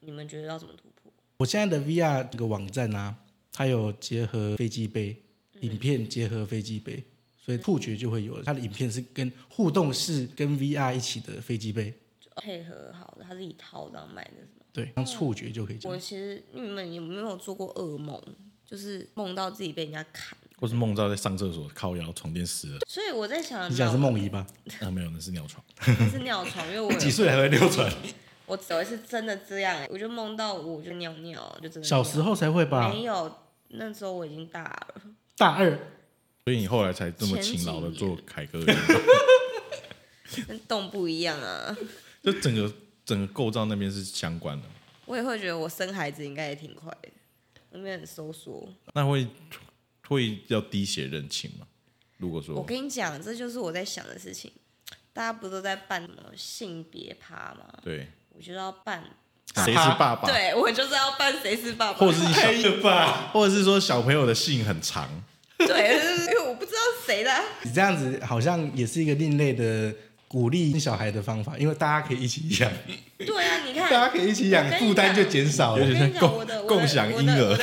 S3: 你们觉得要怎么突破？
S1: 我现在的 VR 这个网站啊，它有结合飞机杯，影片结合飞机杯，所以触觉就会有了。它的影片是跟互动式跟 VR 一起的飞机杯，
S3: 就哦配合好的，它是一套这样卖的是吗？
S1: 对，让触觉就可以这
S3: 我
S1: 样。
S3: 其实你们有没有做过噩梦？就是梦到自己被人家砍，
S2: 或是梦到在上厕所靠腰床垫湿了，
S3: 所以我在想，
S1: 你讲的是梦遗吧？
S2: 啊没有，那是尿床。
S3: 是尿床，因为我有
S1: 几岁还会流传？
S3: 我有一次真的这样、欸，我就梦到我就尿尿，就真的尿
S1: 小时候啊才会吧？
S3: 没有，那时候我已经大了，
S1: 大二
S2: 所以你后来才这么
S3: 前几
S2: 勤劳的
S3: 年
S2: 做凯歌，
S3: 跟动不一样啊。
S2: [laughs] 就整个整个构造那边是相关的。
S3: 我也会觉得我生孩子应该也挺快的，那边很收缩。
S2: 那会会要滴血认亲吗？如果
S3: 我
S2: 说
S3: 跟你讲，这就是我在想的事情。大家不都在办什么性别趴吗？
S2: 对，
S3: 我就要办，
S2: 谁是爸爸，
S3: 对我就是要办谁是爸爸，
S2: 或者是你
S1: 太了吧？
S2: 或者是说小朋友的姓很长，
S3: 对，就是因为我不知道谁的啊。
S1: [laughs] 你这样子好像也是一个另类的鼓励小孩的方法，因为大家可以一起养，
S3: 对啊，你
S1: 大
S3: 看，
S1: 家可以一起养
S3: 我，跟你
S1: 负担就
S3: 讲
S1: 减少
S2: 有
S1: 了
S2: 点。
S3: 我跟你讲，我的
S2: 共共享婴儿
S3: 我的我的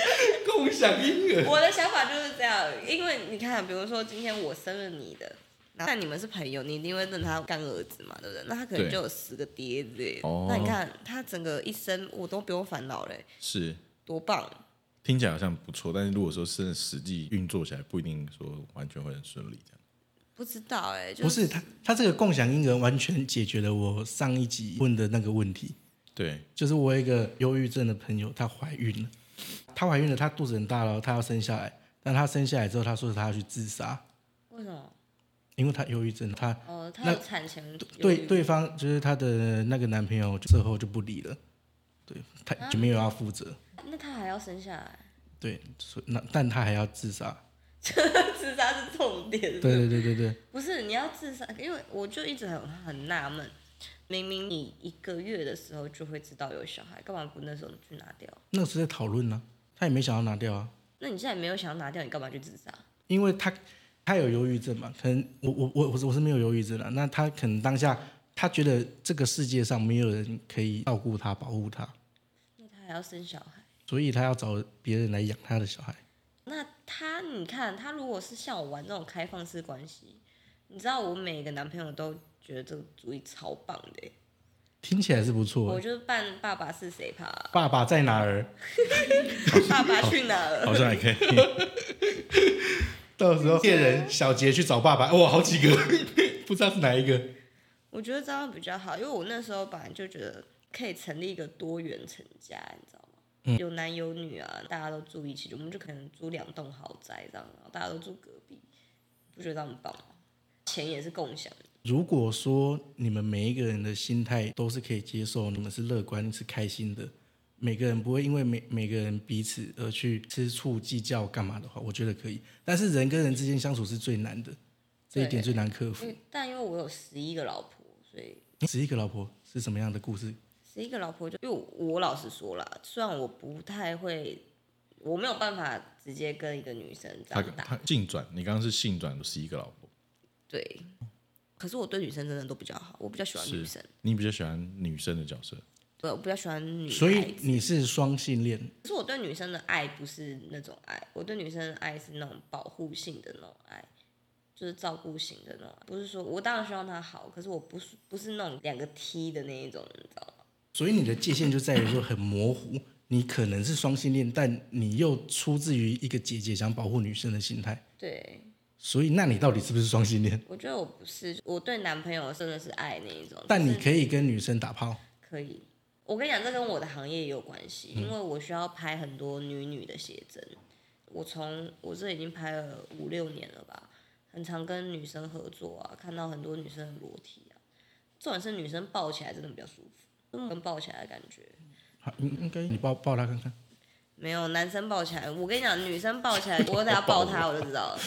S3: 想
S1: 共享婴
S3: [laughs]
S1: 儿，
S3: 我的想法就是这样，因为你看，比如说今天我生了你的，那你们是朋友，你一定会认他干儿子嘛，对不对？那他可能
S2: 对
S3: 就有十个爹之类的。
S2: 哦
S3: 那你看他整个一生我都不用烦恼嘞，
S2: 是
S3: 多棒！
S2: 听起来好像不错，但是如果说真的实际运作起来，不一定说完全会很顺利这样。
S3: 不知道哎，就
S1: 不是他，他这个共享婴儿完全解决了我上一集问的那个问题，
S2: 对，
S1: 就是我有一个忧郁症的朋友，她怀孕了，她怀孕了，她肚子很大了，她要生下来，但她生下来之后，她说她要去自杀，
S3: 为什么？
S1: 因为她忧郁症，她
S3: 哦，他
S1: 那
S3: 有产前忧郁
S1: 对，对方就是她的那个男朋友之后就不理了，对，她就没有要负责，
S3: 那他还要生下来，
S1: 对，所以那但她还要自杀，
S3: 自杀是重点。
S1: 对对对对对，
S3: 不是你要自杀，因为我就一直很很纳闷，明明你一个月的时候就会知道有小孩，干嘛不那时候去拿掉？
S1: 那时候在讨论呢，她也没想要拿掉啊，
S3: 那你现在没有想要拿掉，你干嘛去自杀？
S1: 因为他他有忧郁症嘛，可能我我我我是我是没有忧郁症的，那他可能当下他觉得这个世界上没有人可以照顾他、保护他，
S3: 那他还要生小孩？
S1: 所以他要找别人来养他的小孩。
S3: 那他，你看他如果是像我玩这种开放式关系，你知道我每个男朋友都觉得这个主意超棒的欸、
S1: 听起来是不错
S3: 我
S1: 欸，
S3: 就是扮爸爸是谁怕
S1: [laughs] 爸爸在哪儿？
S3: 爸爸去哪了？
S2: 好像还可以。
S3: [laughs]
S1: 到时候猎人小杰去找爸爸，哇，好几个， [laughs] 不知道是哪一个。
S3: 我觉得这样比较好，因为我那时候本来就觉得可以成立一个多元成家，你知道吗？有男有女啊，大家都住一起，我们就可能租两栋豪宅这样，然后大家都住隔壁，不觉得这样很棒吗？钱也是共享的，
S1: 如果说你们每一个人的心态都是可以接受，你们是乐观是开心的，每个人不会因为每每个人彼此而去吃醋计较干嘛的话，我觉得可以。但是人跟人之间相处是最难的，这一点最难克
S3: 因
S1: 服。
S3: 为但因为我有十一个老婆，所以
S1: 十一个老婆是什么样的故事？
S3: 十一个老婆就，因为我老实说啦，虽然我不太会，我没有办法直接跟一个女生
S2: 他
S3: 长大，
S2: 他性转，你刚刚是性转十一个老婆，
S3: 对。可是我对女生真的都比较好，我比较喜欢女生
S2: 是，你比较喜欢女生的角色，
S3: 对，我比较喜欢女孩子。
S1: 所以你是双性恋，
S3: 可是我对女生的爱不是那种爱，我对女生的爱是那种保护性的那种爱，就是照顾型的那种爱。不是说我当然希望她好，可是我不是不是那种两个 T 的那一种，你知道吗？
S1: 所以你的界限就在于说很模糊。你可能是双性恋，但你又出自于一个姐姐想保护女生的心态，
S3: 对，
S1: 所以那你到底是不是双性恋？
S3: 我觉得我不是，我对男朋友真的是爱那一种。
S1: 但你
S3: 就是
S1: 可以跟女生打炮。
S3: 可以，我跟你讲，这跟我的行业也有关系，
S1: 嗯
S3: 因为我需要拍很多女女的写真。我从我这已经拍了五六年了吧，很常跟女生合作啊，看到很多女生的裸体啊。重点是女生抱起来真的比较舒服，那种抱起来的感觉。
S1: 好，应应该你抱抱她看看。
S3: 没有男生抱起来，我跟你讲，女生抱起来，我等下抱她我就知
S1: [laughs]
S3: 道了。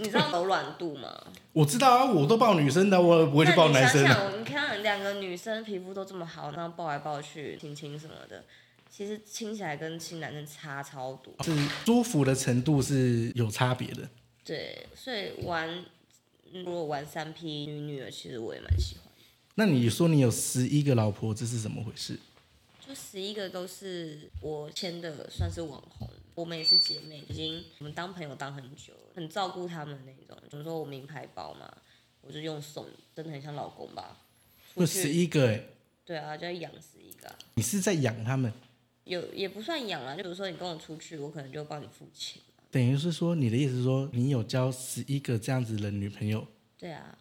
S3: 你知道柔软度吗？
S1: 我知道啊，我都抱女生的，我不会去抱男生啊
S3: 那你想
S1: 的。
S3: 想我，你看两个女生皮肤都这么好，然后抱来抱去、亲亲什么的，其实亲起来跟亲男生差超多。
S1: 是舒服的程度是有差别的。
S3: 对，所以玩嗯如果玩三 P 女女的，其实我也蛮喜欢。
S1: 那你说你有十一个老婆，这是怎么回事？
S3: 就十一个都是我签的，算是网红。我们也是姐妹，已经我们当朋友当很久了，很照顾她们那种。比如说我名牌包嘛，我就用送，真的很像老公吧。
S1: 就
S3: 出
S1: 十
S3: 去
S1: 一个、欸，
S3: 对啊，就要养十一个啊、
S1: 你是在养他们，
S3: 有也不算养啦，啊就比如说你跟我出去，我可能就帮你付钱。
S1: 等于是说你的意思是说你有交十一个这样子的女朋友，
S3: 对
S1: 嗯
S3: 啊，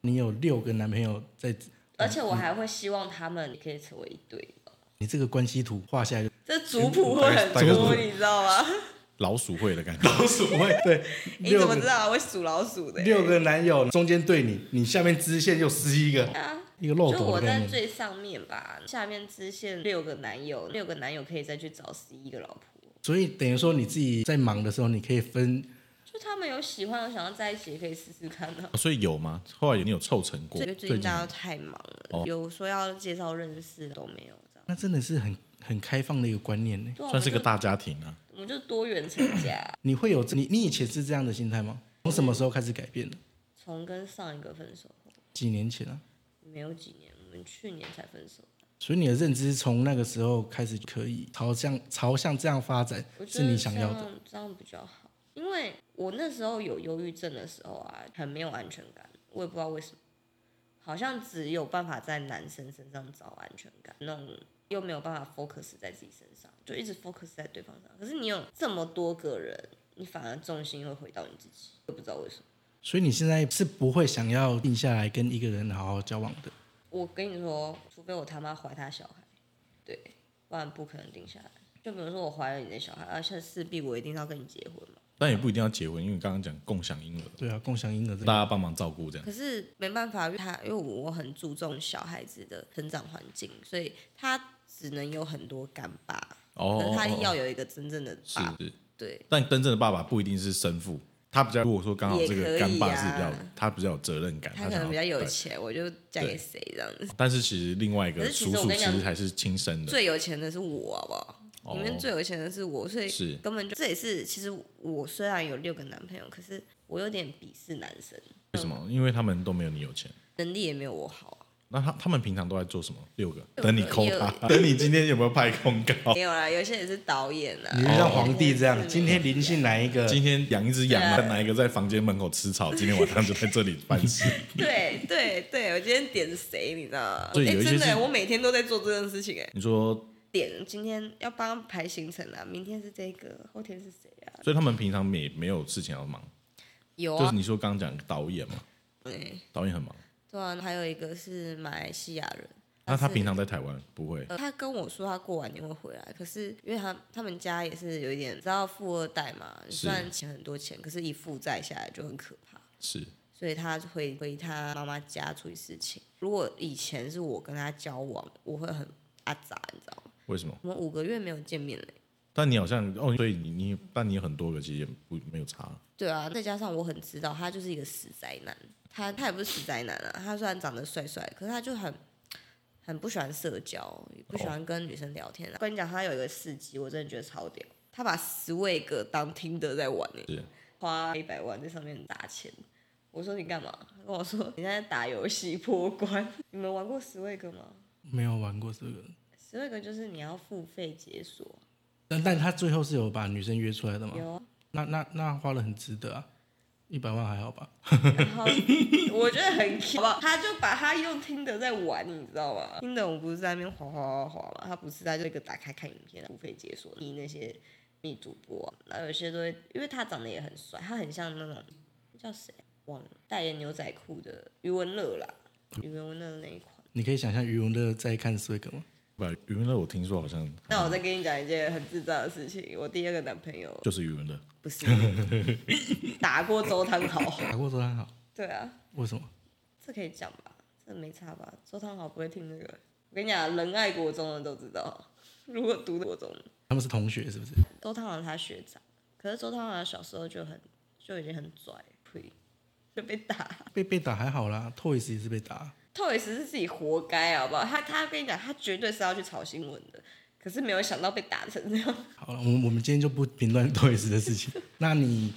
S1: 你有六个男朋友在，
S3: 而且
S1: 嗯
S3: 我还会希望他们可以成为一对。
S1: 你这个关系图画下来就
S3: 这族谱会很多，
S1: 嗯
S3: 你知道吗？
S1: [laughs]
S2: 老鼠会的感觉。
S1: 无所谓。对，
S3: [laughs] 你怎
S1: 六
S3: 么知
S1: 个
S3: 道我会数老鼠的？欸
S1: 六个男友中间对你，你下面支线就十一个，
S3: 啊，
S1: 一个漏
S3: 就
S1: 斗
S3: 我
S1: 的概
S3: 在
S1: 念。
S3: 最上面吧，下面支线六个男友，六个男友可以再去找十一个老婆。
S1: 所以等于说你自己在忙的时候，你可以分
S3: 就他们有喜欢，有想要在一起，也可以试试看啊。
S2: 哦所以有吗？后来你有凑成过？
S3: 因为最近大家都太忙
S2: 哦
S3: 了，有说要介绍认识的都没有，这样。
S1: 那真的是很很开放的一个观念呢。
S3: 对啊
S2: 算是个，大家庭啊。
S3: 我们就我们就多元成家。
S1: 你会有这你你以前是这样的心态吗？从什么时候开始改变的？
S3: 从跟上一个分手后，
S1: 几年前啊，
S3: 没有几年，我们去年才分手。
S1: 所以你的认知从那个时候开始可以朝向朝向这样发展
S3: 我，觉
S1: 是
S3: 得
S1: 你想要的。
S3: 这样这样比较好。因为我那时候有忧郁症的时候啊，很没有安全感，我也不知道为什么，好像只有办法在男生身上找安全感，那种又没有办法 focus 在自己身上，就一直 focus 在对方上。可是你有这么多个人，你反而重心会回到你自己，我也不知道为什么。
S1: 所以你现在是不会想要定下来跟一个人好好交往的。
S3: 我跟你说，除非我他妈怀他小孩，对，不然不可能定下来。就比如说我怀了你的小孩，而且势必我一定要跟你结婚嘛。
S2: 但也不一定要结婚，因为刚刚讲共享婴儿，
S1: 对啊，共享婴儿这
S2: 大
S1: 个，
S2: 家帮忙照顾这样。
S3: 可是没办法，因为他因为我很注重小孩子的成长环境，所以他只能有很多干爸，
S2: 哦，
S3: 可是他
S2: 哦哦
S3: 要有一个真正的
S2: 是
S3: 爸，
S2: 是，
S3: 对，
S2: 但真正的爸爸不一定是生父，他比较如果说刚好这
S3: 也可
S2: 个
S3: 以
S2: 干爸
S3: 啊
S2: 是比较，他比较有责任感，
S3: 他可
S2: 想要
S3: 能比较有
S2: 对
S3: 钱，我就嫁给
S2: 对
S3: 谁这样子。
S2: 但是其实另外一
S3: 可
S2: 个
S3: 是其
S2: 叔
S3: 实我
S2: 叔
S3: 跟
S2: 其
S3: 你讲
S2: 实还是亲生的，
S3: 最有钱的是我，好不好？
S2: 哦
S3: 里面最有钱的是我，所以
S2: 是
S3: 根本就这也是其实我虽然有六个男朋友，可是我有点鄙视男生，
S2: 为什么？因为他们都没有你有钱。
S3: 能力也没有我好啊、
S2: 那他他们平常都在做什么？六个，
S3: 六个
S2: 等你扣他， [laughs] 等你今天有没有拍公
S3: [laughs]
S2: 告？
S3: 没有啦，有些也是导演啊，
S1: 你就像
S3: 有些
S1: 皇帝这
S3: 是
S1: 样，今天临幸来一个，
S2: 今天养一只羊嘛，
S3: 对啊
S2: 哪一个在房间门口吃草？今天晚上就在这里办
S3: [laughs]
S2: 事。
S3: 对对对，我今天点谁，你知道吗？
S2: 所以有
S3: 诶
S2: 一些
S3: 真的
S2: 是
S3: 耶，我每天都在做这件事情，哎，
S2: 你说，
S3: 点今天要帮他排行程啊，明天是这个，后天是谁啊？
S2: 所以他们平常没没有事情要忙，
S3: 有
S2: 就是
S3: 啊，
S2: 你说刚刚讲导演嘛，
S3: 对啊
S2: 导演很忙，
S3: 对啊，还有一个是马来西亚人，
S2: 那他
S3: 但是
S2: 平常在台湾不会，
S3: 呃，他跟我说他过完年会回来，可是因为他他们家也是有一点，你知道富二代嘛，
S2: 是
S3: 虽然钱很多钱，可是一负债下来就很可怕，
S2: 是
S3: 所以他会回他妈妈家处理事情。如果以前是我跟他交往，我会很阿杂，你知道吗？
S2: 为什么？
S3: 我们五个月没有见面嘞。
S2: 但你好像哦，所以你你但你有很多个其实也不没有差，
S3: 对啊，再加上我很知道他就是一个死宅男，他他也不是死宅男啊，他虽然长得帅帅，可是他就很很不喜欢社交，也不喜欢跟女生聊天啊。跟你讲，他有一个四级，我真的觉得超屌，他把十位个当听的在玩呢、欸
S2: 是
S3: 花一百万在上面打钱。我说你干嘛？他跟我说你在打游戏破关。 [laughs] 你们玩过十位个吗？
S1: 没有玩过这个。
S3: 十位个就是你要付费解锁，
S1: 但但他最后是有把女生约出来的嘛？
S3: 有啊
S1: 那那那花了很值得啊，一百万还好吧？
S3: 然后我觉得很 Q，好不好？他就把他用听的在玩，你知道吗？听的我不是在那边滑滑滑滑嘛，他不是在这个打开看影片，付费解锁你那些女主播、啊，然后有些都会，因为他长得也很帅，他很像那种叫谁忘了，代言牛仔裤的余文乐啦，余文乐那一款。
S1: 你可以想象余文乐在看 s w i g 吗？
S2: 不然余文乐我听说好像
S3: 那我再跟你讲一件很智障的事情，我第二个男朋友
S2: 就是余文乐，
S3: 不是 [laughs] 打过周汤豪，
S1: 打过周汤好，
S3: 对啊，
S1: 为什么？
S3: 这可以讲吧？这没差吧？周汤豪不会听这个。我跟你讲，仁爱国中的都知道，如果读国中，
S1: 他们是同学是不是？
S3: 周汤豪他学长，可是周汤豪小时候就很就已经很拽，呸， [laughs] 就被打。
S1: 被被打还好啦，Toys 也是被打，
S3: Toys 是自己活该，好不好？他他跟你讲，他绝对是要去炒新闻的，可是没有想到被打成这样。 [laughs]
S1: 好了，我们我们今天就不评论 Toys 的事情。 [laughs] 那你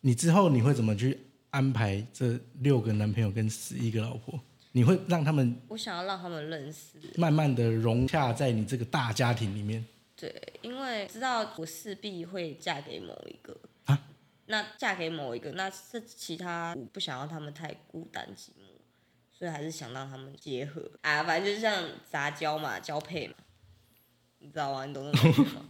S1: 你之后你会怎么去安排这六个男朋友跟十一个老婆？你会让他们
S3: 我想要让他们认识，
S1: 慢慢的融洽在你这个大家庭里面？
S3: 对，因为知道我势必会嫁给某一个
S1: 啊
S3: 那嫁给某一个，那这其他我不想要他们太孤单寂寞，所以还是想让他们结合啊，反正就像杂交嘛，交配嘛，你知道吗？你懂那种感觉
S1: [laughs]
S3: 吗？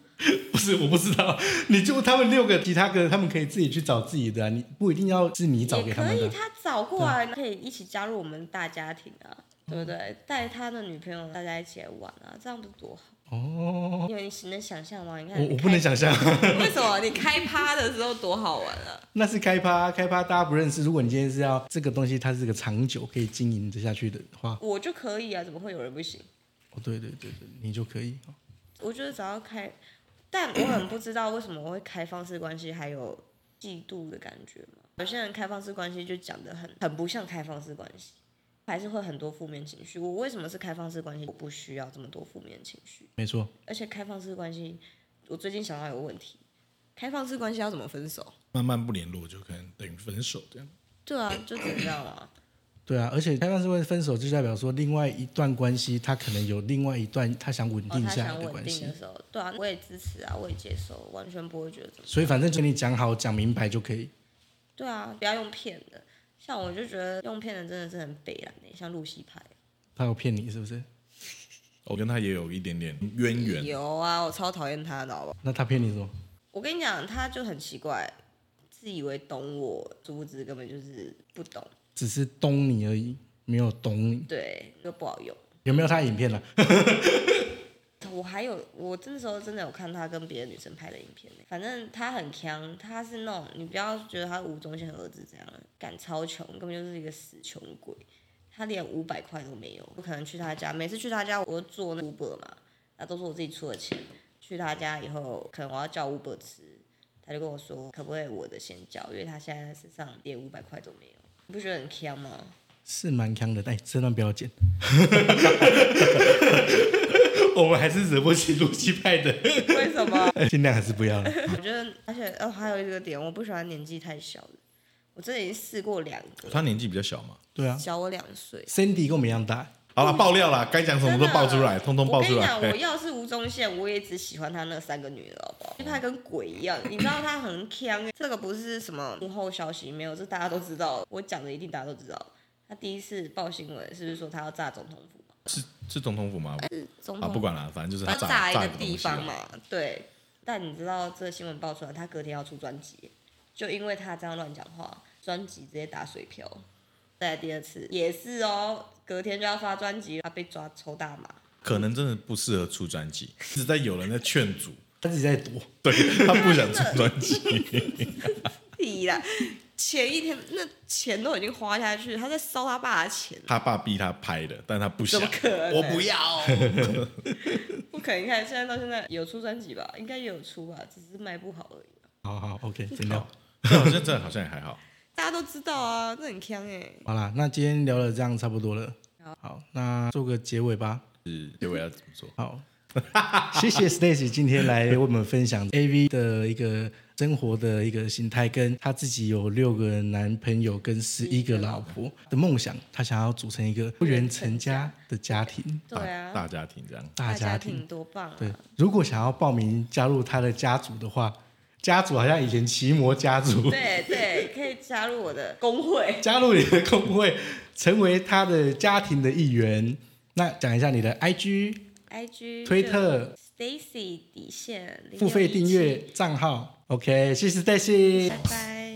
S1: 不是，我不知道。你就他们六个，其他个他们可以自己去找自己的、啊，你不一定要是你找给
S3: 也
S1: 他
S3: 可
S1: 们
S3: 以，
S1: 的。啊
S3: 他找过来可以一起加入我们大家庭啊，对不
S1: 嗯
S3: 对？带他的女朋友大家一起来玩啊，这样不是多好？
S1: 哦，
S3: 因为你能想象吗？你看
S1: 我
S3: 你
S1: 我
S3: 开
S1: 不能想象，
S3: 为什么你开趴的时候多好玩啊？
S1: 那是开趴，开趴大家不认识。如果你今天是要这个东西，它是个长久可以经营得下去的话，
S3: 我就可以啊，怎么会有人不行？
S1: 哦，对对对对，你就可以。哦
S3: 我觉得只要开，但我很不知道为什么我会开放式关系，还有嫉妒的感觉嘛。有些人开放式关系就讲的很很不像开放式关系，还是会很多负面情绪。我为什么是开放式关系？我不需要这么多负面情绪，
S1: 没错，
S3: 而且开放式关系，我最近想到一个问题：开放式关系要怎么分手？
S2: 慢慢不联络就可能等于分手这样。
S3: 对啊，就只能这
S1: [coughs]
S3: 样啊。
S1: 对啊，而且开放式会分手，就代表说另外一段关系，他可能有另外一段他想稳
S3: 哦，
S1: 定
S3: 他
S1: 下
S3: 想
S1: 来的
S3: 稳
S1: 关
S3: 定
S1: 系。
S3: 的时候，对啊，我也支持啊，我也接受，完全不会觉得怎么样。
S1: 所以反正就你讲好讲明白就可以。
S3: 对啊，不要用骗的。像我就觉得用骗的真的是很北蓝的，像露西派。
S1: 他有骗你是不是？
S2: 我哦跟他也有一点点渊 [laughs] 源，
S3: 有啊，我超讨厌他的，好不好？
S1: 那他骗你什么？
S3: 我跟你讲，他就很奇怪，自以为懂我，殊不知根本就是不懂。
S1: 只是懂你而已，没有懂你。
S3: 对，又不好用。
S1: 有没有他的影片了、
S3: 我还有，我那时候真的有看他跟别的女生拍的影片呢。反正他很强，他是那种你不要觉得他吴宗宪儿子怎样，敢超穷，根本就是一个死穷鬼。他连五百块都没有，不可能去他家。每次去他家，我都做那 Uber 嘛，那都是我自己出的钱。去他家以后，可能我要叫 Uber 吃，他就跟我说可不可以我的先叫，因为他现在身上连五百块都没有。你不觉得很强吗？ [laughs]
S1: 是蛮强的，但哎这段不要 [laughs] 剪。我们还是惹不起露西派的，
S3: 为什么？
S1: 尽量还是不要了。
S3: [laughs] 我觉得，而且哦，还有一个点，我不喜欢年纪太小的。我这已经试过两个，
S2: 他年纪比较小嘛。
S1: [laughs] 对啊
S3: 小我两岁。
S1: ，Cindy 跟我们一样大，
S2: 好了，爆料啦，该讲什么
S3: 嗯真
S2: 都
S3: 的
S2: 爆出来，通通爆出 [laughs]
S3: 我跟你讲，我
S2: 来。
S3: 要是吴宗宪，我也只喜欢他那三个女的，好不好？因为他跟鬼一样，你知道他很强。欸这个不是什么幕后消息，没有，这大家都知道。我讲的一定大家都知道。他第一次报新闻，是不是说他要炸总统府？
S2: 是是总统府吗？
S3: 总
S2: 啊，
S3: 统
S2: 不
S3: 府
S2: 管了，反正就是
S3: 嗯他
S2: 他
S3: 炸
S2: 炸
S3: 一
S2: 炸
S3: 个
S2: 一个东
S3: 地
S2: 西
S3: 方
S2: 啊。
S3: 嘛，对。但你知道这新闻爆出来，他隔天要出专辑，就因为他这样乱讲话，专辑直接打水漂。再来第二次也是哦，隔天就要发专辑，他被抓抽大麻，
S2: 可能真的不适合出专辑，是在有人在劝阻，
S1: 他自己在躲，
S2: 对他不想出专辑。
S3: [laughs] 屁啦！前一天那钱都已经花下去，他在烧他爸的钱，
S2: 他爸逼他拍的，但他不想，
S3: 怎么可能
S2: 我不要。 [laughs]
S3: 不可能。你看现在到现在有出专辑吧？应该也有出吧，只是卖不好而已。
S1: 好好，OK，真 [laughs] 的。
S2: 但好像这好像也还好，
S3: 大家都知道啊，这很坑哎、
S1: 好啦，那今天聊了这样差不多了
S3: 好。
S1: 好，那做个结尾吧。
S2: 是结尾要怎么做？
S3: [laughs]
S1: 好，谢谢 Stacy 今天来为我们分享 AV 的一个生活的一个心态，跟她自己有六个男朋友跟十一个老婆的梦想，她想要组成一个不远成家的家庭
S3: 对啊，
S2: 大大家庭这样。
S1: 大
S3: 家
S1: 家庭。
S3: 多棒啊！
S1: 对，如果想要报名加入她的家族的话，家族好像以前奇摩家族，
S3: 对对，可以加入我的工会。
S1: 加入你的工会，成为她的家庭的一员。那讲一下你的 IG、
S3: IG
S1: 推特
S3: 就 Stacy 底线
S1: 付费订，阅账号。OK，谢谢 Stacy
S3: 0617拜。拜。